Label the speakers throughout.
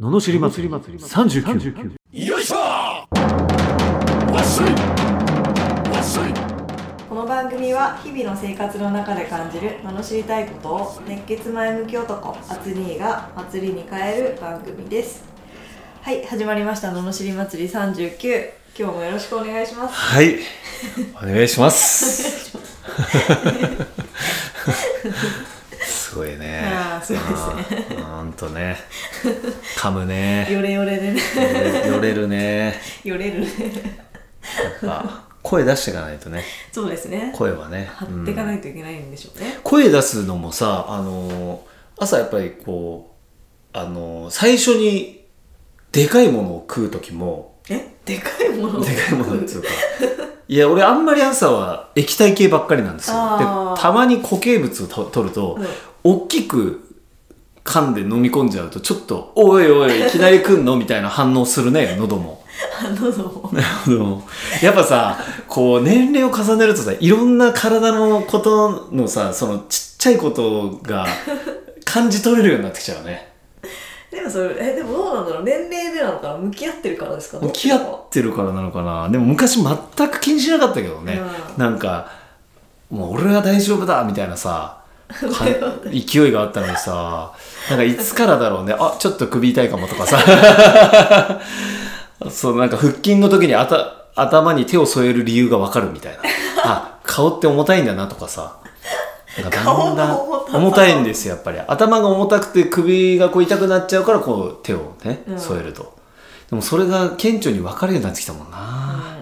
Speaker 1: ののしり祭り39
Speaker 2: よいしょわっしょいわっしょい
Speaker 3: この番組は日々の生活の中で感じる罵りたいことを熱血前向き男アツニーが祭りに変える番組ですはい始まりました罵り祭り39今日もよろしくお願いします
Speaker 2: はいお願いしますすごいね
Speaker 3: あーそうです
Speaker 2: ねほんとね噛むね
Speaker 3: よれよれでね
Speaker 2: よれるね
Speaker 3: よれるね
Speaker 2: なんか声出していかないとね
Speaker 3: そうですね
Speaker 2: 声はね
Speaker 3: 貼っていか
Speaker 2: うん
Speaker 3: ないといけないんでしょうね、
Speaker 2: 声出すのもさあのー朝やっぱりこうあのー最初にでかいものを食う時も
Speaker 3: えでかいもの
Speaker 2: でかいものっつうかいや俺あんまり朝は液体系ばっかりなんですよで
Speaker 3: あー
Speaker 2: たまに固形物をと取ると、
Speaker 3: うん
Speaker 2: 大きく噛んで飲み込んじゃうとちょっと「おいおいいきなり食んの?」みたいな反応するね喉も。
Speaker 3: あ喉を
Speaker 2: あのやっぱさこう年齢を重ねるとさいろんな体のことのさそのちっちゃいことが感じ取れるようになってきちゃうね
Speaker 3: でもそれえでもどうなんだろう年齢でなのかな向き合ってるからですか
Speaker 2: 向き合ってるからなのかなでも昔全く気にしなかったけどね、
Speaker 3: う
Speaker 2: なんかもう俺は大丈夫だみたいな さか勢いがあったのにさなんかいつからだろうねあちょっと首痛いかもとかさ そうなんか腹筋の時にあた頭に手を添える理由がわかるみたい なあ顔って重たいんだなとかさなんかだんだん
Speaker 3: 顔が重たい
Speaker 2: 重たいんですよやっぱり頭が重たくて首がこう痛くなっちゃうからこう手をね
Speaker 3: うん
Speaker 2: 添えると、でもそれが顕著に分かるようになってきたもんな、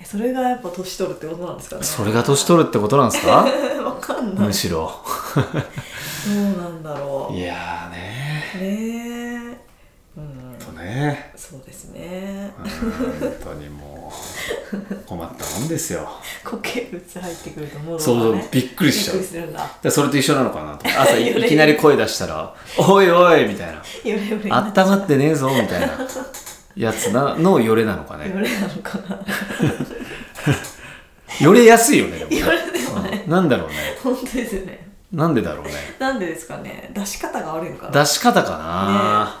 Speaker 3: えそれがやっぱ年取るってことなんですかね
Speaker 2: それが年取るってことなんですか
Speaker 3: わかんない
Speaker 2: むしろ
Speaker 3: どうなんだろう
Speaker 2: いやーね
Speaker 3: ねえうん
Speaker 2: ーほんとね
Speaker 3: そうですね
Speaker 2: 本当にもう困ったもんですよだか
Speaker 3: 固形物入ってくるともう
Speaker 2: そう
Speaker 3: ね
Speaker 2: びっくりしちゃう
Speaker 3: びっくりするんだ
Speaker 2: らそれと一緒なのかなと思って朝
Speaker 3: 揺れ
Speaker 2: い
Speaker 3: る
Speaker 2: いきなり声出したら「おいおい」みたいな
Speaker 3: よれよ
Speaker 2: 「
Speaker 3: れに
Speaker 2: あ
Speaker 3: な
Speaker 2: っ
Speaker 3: っちゃ
Speaker 2: たまってねえぞ」みたいなやつなのよれなのか
Speaker 3: う
Speaker 2: ね
Speaker 3: よれなのかな
Speaker 2: よれやすいよねでもね
Speaker 3: よれでもね
Speaker 2: うんなんだろうね
Speaker 3: 本当ですよね
Speaker 2: なんでだろうね
Speaker 3: なんでですかね出し方が悪いのかな
Speaker 2: 出し方かな、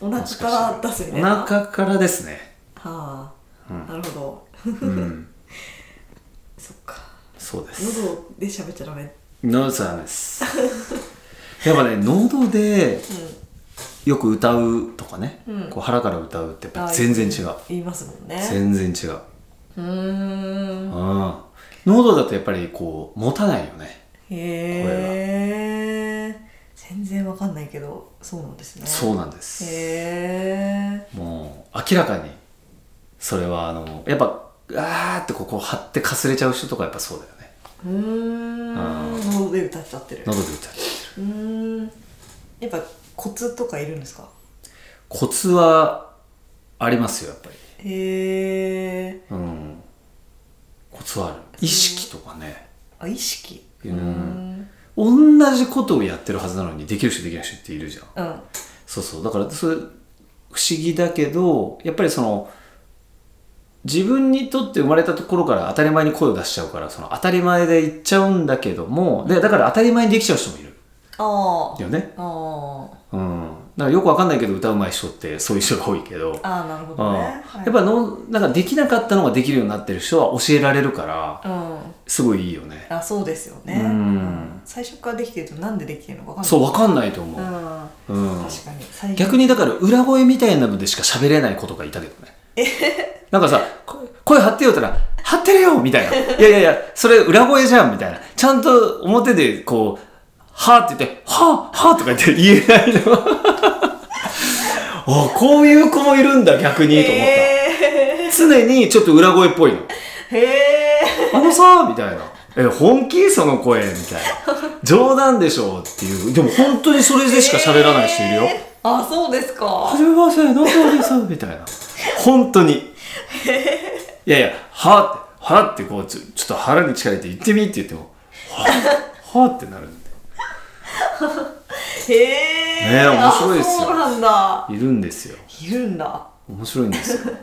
Speaker 3: お腹から出すみたい
Speaker 2: お
Speaker 3: なは
Speaker 2: 腹からですね
Speaker 3: あ、
Speaker 2: うん
Speaker 3: なるほど
Speaker 2: うん
Speaker 3: そっか
Speaker 2: そうです
Speaker 3: 喉で喋っちゃダメ
Speaker 2: 喉さんですやっぱね喉で
Speaker 3: うん
Speaker 2: よく歌うとかね、
Speaker 3: うん
Speaker 2: こう腹から歌うってやっぱ全然違う
Speaker 3: 言いますもんね
Speaker 2: 全然違う、
Speaker 3: うーん
Speaker 2: うん、喉だとやっぱりこう持たないよね、
Speaker 3: へえ全然わかんないけどそうなんですね
Speaker 2: そうなんです、
Speaker 3: へえ
Speaker 2: もう明らかにそれはあのやっぱあーってこうこう張ってかすれちゃう人とかやっぱそうだよね
Speaker 3: うーん
Speaker 2: あ
Speaker 3: 喉で歌っちゃってる
Speaker 2: 喉で歌う
Speaker 3: うーんやっぱコツとかいるんですか
Speaker 2: コツはありますよやっぱり
Speaker 3: へえ
Speaker 2: うんコツはある意識とかね
Speaker 3: あ意識
Speaker 2: うん
Speaker 3: うん
Speaker 2: 同じことをやってるはずなのにできる人できない人っているじゃん
Speaker 3: うん
Speaker 2: そうそうだからそれ不思議だけどやっぱりその自分にとって生まれたところから当たり前に声を出しちゃうからその当たり前で言っちゃうんだけどもでだから当たり前にできちゃう人もいる
Speaker 3: あー
Speaker 2: よね
Speaker 3: あ
Speaker 2: うんだからよくわかんないけど歌うまい人ってそういう人が多いけど
Speaker 3: ーあーなるほ
Speaker 2: うん
Speaker 3: どね
Speaker 2: やっぱのなんかできなかったのができるようになってる人は教えられるから
Speaker 3: うん
Speaker 2: すごいいいよね
Speaker 3: あそうですよね
Speaker 2: うん
Speaker 3: 最初からできてるとなんでできてるのかわかんない
Speaker 2: そうわかんないと
Speaker 3: う
Speaker 2: 思
Speaker 3: ん
Speaker 2: う、うん、
Speaker 3: 確かに最
Speaker 2: 逆にだから裏声みたいなのでしか喋れない子とかいたけどね。 なんかさ、こ声張ってよって言ったら、張ってるよみたいな。いやいやいや、それ裏声じゃんみたいな。ちゃんと表でこう、はーって言って、はーはーとか言って言えないの。 あ、こういう子もいるんだ逆にと思った。
Speaker 3: へえ
Speaker 2: 常にちょっと裏声っぽいの。
Speaker 3: へえ
Speaker 2: あのさみたいな。え、本気その声みたいな。冗談でしょっていう。でも本当にそれでしか喋らない人いるよ。
Speaker 3: あそうですか
Speaker 2: はじめまして、どうぞです、みたいな。本当に。いやいや、はって、はってこう、ちょちょっと腹に力入れて言ってみって言っても、は、はってなるんで。
Speaker 3: へえ
Speaker 2: ねえ面白いですよ
Speaker 3: そうなんだ
Speaker 2: いるんですよ。
Speaker 3: いるんだ
Speaker 2: 面白いんです よ。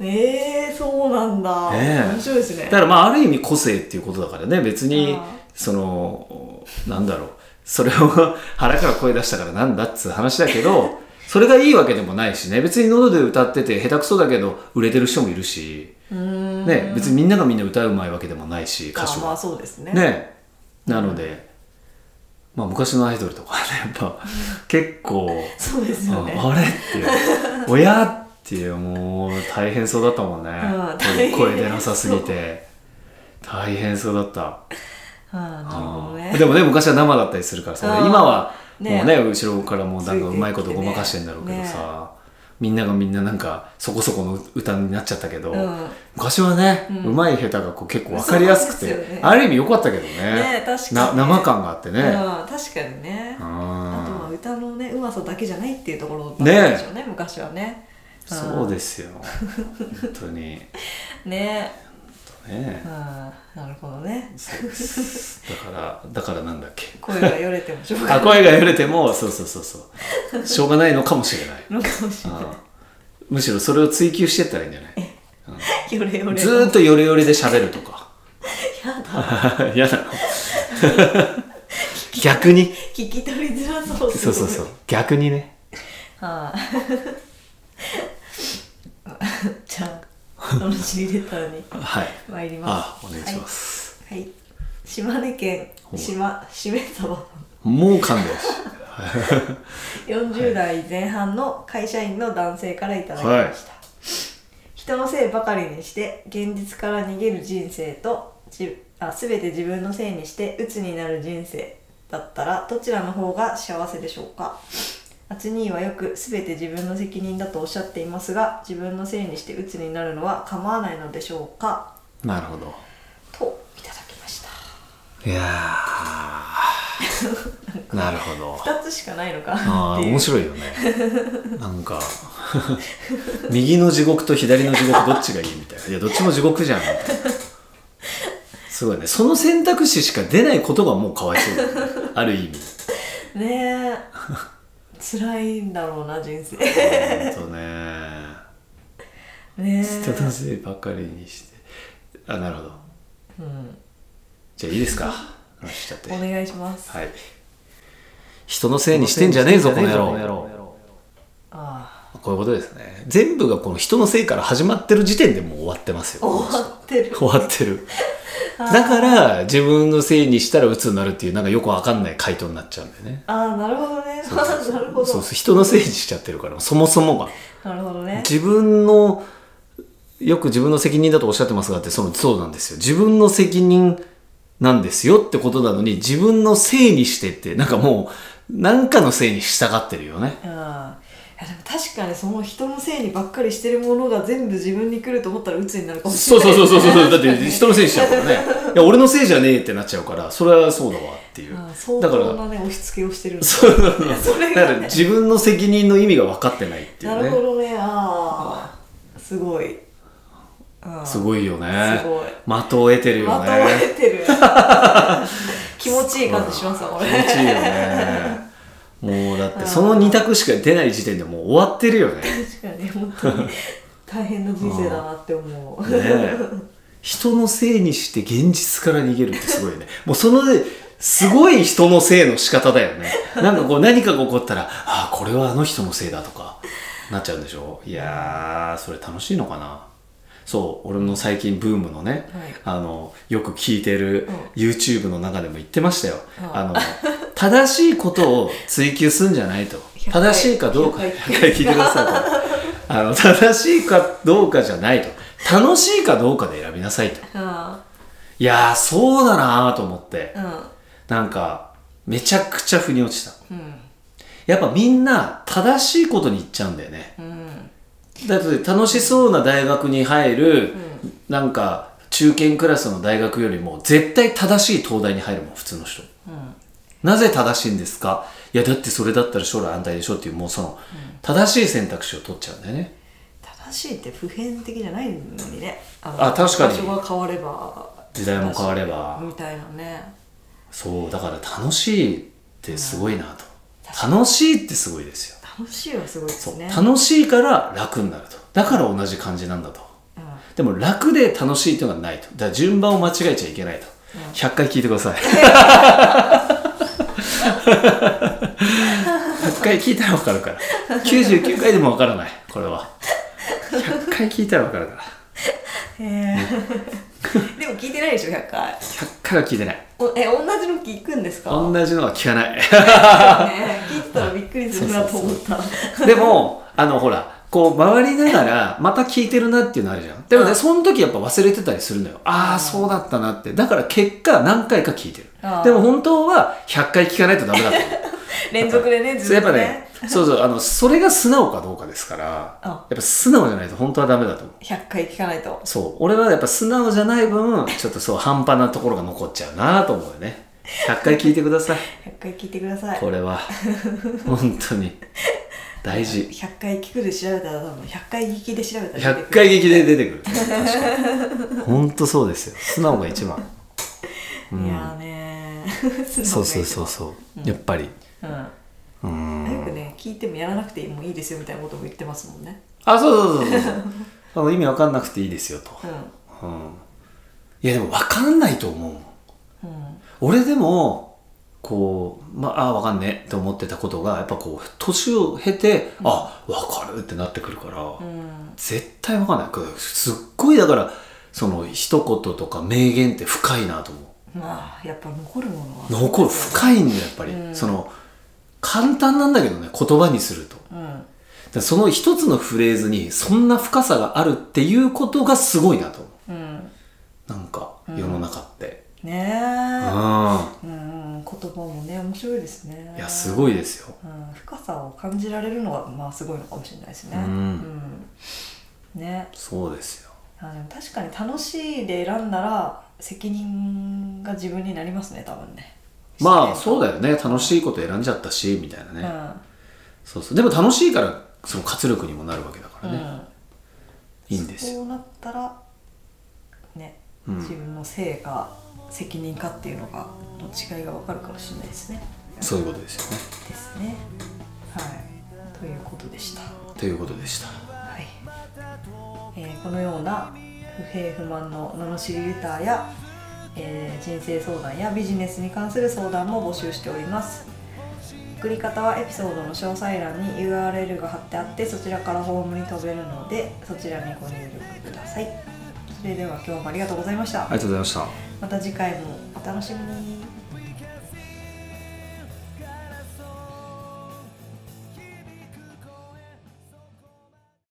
Speaker 3: ええそうなんだ、
Speaker 2: ねえ
Speaker 3: 面白いですね
Speaker 2: だからまあ、ある意味個性っていうことだからね、別に
Speaker 3: ああ、
Speaker 2: その、なんだろう。それを腹から声出したからなんだっつう話だけど、それがいいわけでもないしね別に喉で歌ってて下手くそだけど売れてる人もいるし、
Speaker 3: うーん
Speaker 2: ね、別にみんながみんな歌うまいわけでもないし歌手
Speaker 3: まあま
Speaker 2: は
Speaker 3: あそうですね
Speaker 2: ねなので、まあ、昔のアイドルとかはねやっぱ結構、
Speaker 3: そうです
Speaker 2: う
Speaker 3: よ
Speaker 2: ん
Speaker 3: ね
Speaker 2: あれっていう「親」っていうもう大変そうだったもんね、
Speaker 3: うん
Speaker 2: 声声出なさすぎ
Speaker 3: 大
Speaker 2: て大変そうだった。
Speaker 3: ああなるほどね
Speaker 2: でもね昔は生だったりするからさ
Speaker 3: あー
Speaker 2: 今はもう
Speaker 3: ね
Speaker 2: ね後ろからもうなんかうまいことごまかしてんだろうけど
Speaker 3: ついてきて
Speaker 2: さ、みんながみんななんかそこそこの歌になっちゃったけど、
Speaker 3: うん
Speaker 2: 昔はね、
Speaker 3: う
Speaker 2: うんまい下手がこう結構分かりやすくて
Speaker 3: そうですよね
Speaker 2: ある意味良かったけどね
Speaker 3: ね確かに
Speaker 2: な生感があってね、うん
Speaker 3: うん、確かにねあとは歌のねうまさだけじゃないっていうところだったん
Speaker 2: ね
Speaker 3: でしょうね昔はね
Speaker 2: そうですよ本当に
Speaker 3: すね
Speaker 2: ね
Speaker 3: うんなるほどね
Speaker 2: そうですだからだからなんだ っけ
Speaker 3: 声がよれてもしょうが
Speaker 2: あ
Speaker 3: ない
Speaker 2: 声が揺れてもそうそうそうそうしょうがないのかもしれ ない
Speaker 3: のかもしれな
Speaker 2: うんむしろそれを追求してったらいいんじゃない
Speaker 3: いよれよれ
Speaker 2: ずーっとヨレヨレで喋るとか
Speaker 3: やだ
Speaker 2: 嫌 だ逆に
Speaker 3: 聞き取りづらそ
Speaker 2: そう
Speaker 3: うすごい
Speaker 2: そうそう逆にね
Speaker 3: はい じゃあのしりレターに
Speaker 2: はい
Speaker 3: 参りま
Speaker 2: あ
Speaker 3: す
Speaker 2: お願いします、
Speaker 3: はい、はい島根県島しめさば
Speaker 2: もう噛んでるし
Speaker 3: 40代前半の会社員の男性からいただきました、人のせいばかりにして現実から逃げる人生とじあ全て自分のせいにして鬱になる人生だったらどちらの方が幸せでしょうかアツニーはよく全て自分の責任だとおっしゃっていますが自分のせいにして鬱になるのは構わないのでしょうか
Speaker 2: なるほど
Speaker 3: といただきました
Speaker 2: いや ーなるほど
Speaker 3: 2つしかないのか
Speaker 2: あ
Speaker 3: な
Speaker 2: あ
Speaker 3: っていう
Speaker 2: 面白いよねなんか 右の地獄と左の地獄どっちがいいみたいないやどっちも地獄じゃんみたいなすごいねその選択肢しか出ないことがもうかわいそうだよねある意 味
Speaker 3: ねえ辛いんだろうな人生
Speaker 2: ほんとね
Speaker 3: ねえ
Speaker 2: 人のせいばかりにしてあなるほど
Speaker 3: うん、
Speaker 2: じゃあいいですか話しちゃって
Speaker 3: お願いします。
Speaker 2: はい人のせいにしてんじゃねえぞこの野郎
Speaker 3: あ
Speaker 2: こういうことですね全部がこの人のせいから始まってる時点でもう終わってますよ
Speaker 3: あ、終わってる。
Speaker 2: 終わって るだから自分のせいにしたら鬱になるっていうなんかよくわかんない回答になっちゃうんだよ ね
Speaker 3: ああ、なるほどね。
Speaker 2: そうそうそ
Speaker 3: なるほ
Speaker 2: うそう
Speaker 3: ど。
Speaker 2: そう人のせいにしちゃってるからそもそもが
Speaker 3: なるほどね。
Speaker 2: 自分のよく自分の責任だとおっしゃってますがってそのそうなんですよ自分の責任なんですよってことなのに自分のせいにしてってなんかもう何かのせいに従ってるよね
Speaker 3: うん。いやでも確かにその人のせいにばっかりしてるものが全部自分に来ると思ったら鬱になるかもし
Speaker 2: そ
Speaker 3: れ
Speaker 2: う
Speaker 3: ない
Speaker 2: そうそうそう
Speaker 3: う
Speaker 2: そうだって人のせいにしちゃうからねいや俺のせいじゃねえってなっちゃうからそれはそうだわっていう
Speaker 3: 相
Speaker 2: だから
Speaker 3: 当なね押し付けをしてるんだ
Speaker 2: そうそうそう
Speaker 3: それ
Speaker 2: だ
Speaker 3: が
Speaker 2: から
Speaker 3: ね
Speaker 2: 自分の責任の意味が分かってないってい
Speaker 3: な
Speaker 2: う
Speaker 3: るほ
Speaker 2: ね
Speaker 3: どねああすごいあ
Speaker 2: す
Speaker 3: い
Speaker 2: ごいよね
Speaker 3: すごい
Speaker 2: 的を得てる
Speaker 3: 的
Speaker 2: よ
Speaker 3: を得
Speaker 2: ね
Speaker 3: てる気持ちいい感じしますわこれ
Speaker 2: 気持ちいいよねもうだってその2択しか出ない時点でもう終わってるよねね
Speaker 3: 確かに本当に大変な人生だなって思う、
Speaker 2: え人のせいにして現実から逃げるってすごいよねもうそのすごい人のせいの仕方だよねなんかこう何かが起こったらああこれはあの人のせいだとかなっちゃうんでしょいやーそれ楽しいのかなそう俺の最近ブームのね、
Speaker 3: はい
Speaker 2: あのよく聞いてる
Speaker 3: うん
Speaker 2: YouTube の中でも言ってましたよ、
Speaker 3: うん
Speaker 2: あの正しいことを追求すんじゃないと
Speaker 3: 100回
Speaker 2: 正しいかどうか
Speaker 3: 100
Speaker 2: 100回聞いてくださいとあの正しいかどうかじゃないと楽しいかどうかで選びなさいと
Speaker 3: あ
Speaker 2: いやーそうだなーと思って
Speaker 3: あ
Speaker 2: なんかめちゃくちゃ腑に落ちた
Speaker 3: うんうん
Speaker 2: やっぱみんな正しいことに行っちゃうんだよね
Speaker 3: うん
Speaker 2: だって楽しそうな大学に入る、
Speaker 3: う
Speaker 2: なんか中堅クラスの大学よりも絶対正しい東大に入るもん普通の人
Speaker 3: うん
Speaker 2: なぜ正しいんですかいやだってそれだったら将来安泰でしょっていうもうその、正しい選択肢を取っちゃうんだよね
Speaker 3: 正しいって普遍的じゃないのにねあ
Speaker 2: あ確かに
Speaker 3: 場所が変われば
Speaker 2: 時代も変われば
Speaker 3: みたいなね
Speaker 2: そうだから楽しいってすごいなと、
Speaker 3: 確
Speaker 2: 楽しいってすごいですよ
Speaker 3: 楽しいはすごいで
Speaker 2: そ
Speaker 3: す
Speaker 2: う、
Speaker 3: ね
Speaker 2: 楽しいから楽になるとだから同じ感じなんだと
Speaker 3: うん
Speaker 2: でも楽で楽しいというのはないとだから順番を間違えちゃいけないと、
Speaker 3: うん
Speaker 2: 100回聞いてください100回聞いたら分かるから99回でも分からないこれは100回聞いたら分かるから
Speaker 3: へえ でも聞いてないでしょ100回
Speaker 2: 100回は聞いてない
Speaker 3: おえ同じの聞くんです か
Speaker 2: 同じのは聞かない
Speaker 3: ね聞いてたらびっくりするなと思った
Speaker 2: でもあのほらこう回りながらまた聞いてるなっていうのあるじゃんでもねその時やっぱ忘れてたりするのよああそうだったなってだから結果何回か聞いてる
Speaker 3: あー
Speaker 2: でも本当は100回聞かないとダメだと思う
Speaker 3: 連続でね
Speaker 2: そう
Speaker 3: ず
Speaker 2: や
Speaker 3: っ
Speaker 2: っぱ
Speaker 3: と
Speaker 2: ね
Speaker 3: ね、
Speaker 2: そうそう、あの、それが素直かどうかですから、
Speaker 3: うん
Speaker 2: やっぱ素直じゃないと本当はダメだと思う。
Speaker 3: 100回聞かないと
Speaker 2: そう、俺はやっぱ素直じゃない分、ちょっとそう、半端なところが残っちゃうなと思うよね。100回聞いてください、
Speaker 3: 100回聞いてください
Speaker 2: これは。本当に。大事。
Speaker 3: 100回聞くで調べたら多分100回聞きで調べたら
Speaker 2: 100
Speaker 3: 出てくる
Speaker 2: 回劇で出てくる。確かに。本当そうですよ。素直が一番。うん
Speaker 3: いやーねー
Speaker 2: そうそうそううそう。やっぱり。
Speaker 3: うん
Speaker 2: うん。
Speaker 3: よくね聞いてもやらなくてもいいですよみたいなことも言ってますもんね
Speaker 2: あ、そうそうそうそう。あの意味わかんなくていいですよと。う
Speaker 3: う
Speaker 2: んいやでも分かんないと思うもん
Speaker 3: んうん
Speaker 2: 俺でもこうまああ分かんねえと思ってたことがやっぱこう年を経て、あ分かるってなってくるから、
Speaker 3: うん
Speaker 2: 絶対分かんないこれすっごいだからその一言とか名言って深いなと思う
Speaker 3: まあやっぱ残るものは
Speaker 2: 残る深いんだよやっぱり、
Speaker 3: うん
Speaker 2: その簡単なんだけどね言葉にすると
Speaker 3: うん
Speaker 2: だからその一つのフレーズにそんな深さがあるっていうことがすごいなと思
Speaker 3: うん
Speaker 2: うなんか世の中って、
Speaker 3: ね
Speaker 2: う
Speaker 3: え
Speaker 2: ん
Speaker 3: うんうん言葉もね面白いですね
Speaker 2: いや、すごいですよ。
Speaker 3: うん、深さを感じられるのがまあすごいのかもしれないですね。
Speaker 2: うん
Speaker 3: うんね
Speaker 2: そうですよ。
Speaker 3: あでも確かに楽しいで選んだら責任が自分になりますね多分ね。
Speaker 2: まあ、そう
Speaker 3: だ
Speaker 2: だよね。楽しいこと選んじゃったし、みたいなね。
Speaker 3: ね。
Speaker 2: そうそう。でも楽しいから、その活力にもなるわけだか
Speaker 3: うん
Speaker 2: ら
Speaker 3: う
Speaker 2: ね。
Speaker 3: ん、
Speaker 2: いいんですよ。
Speaker 3: そうなったらね、
Speaker 2: うん
Speaker 3: 自分の性か責任かっていうのがの違いが分かるかもしれないですね。
Speaker 2: そういうことですよね。
Speaker 3: ですね。はい。ということでした。
Speaker 2: ということでした。
Speaker 3: はいえーこのような不平不満の罵りレターや、えー人生相談やビジネスに関する相談も募集しております送り方はエピソードの詳細欄に URL が貼ってあってそちらからホームに飛べるのでそちらにご入力くださいそれでは今日もありがとうございました、
Speaker 2: ありがとうございました。
Speaker 3: また次回もお楽しみに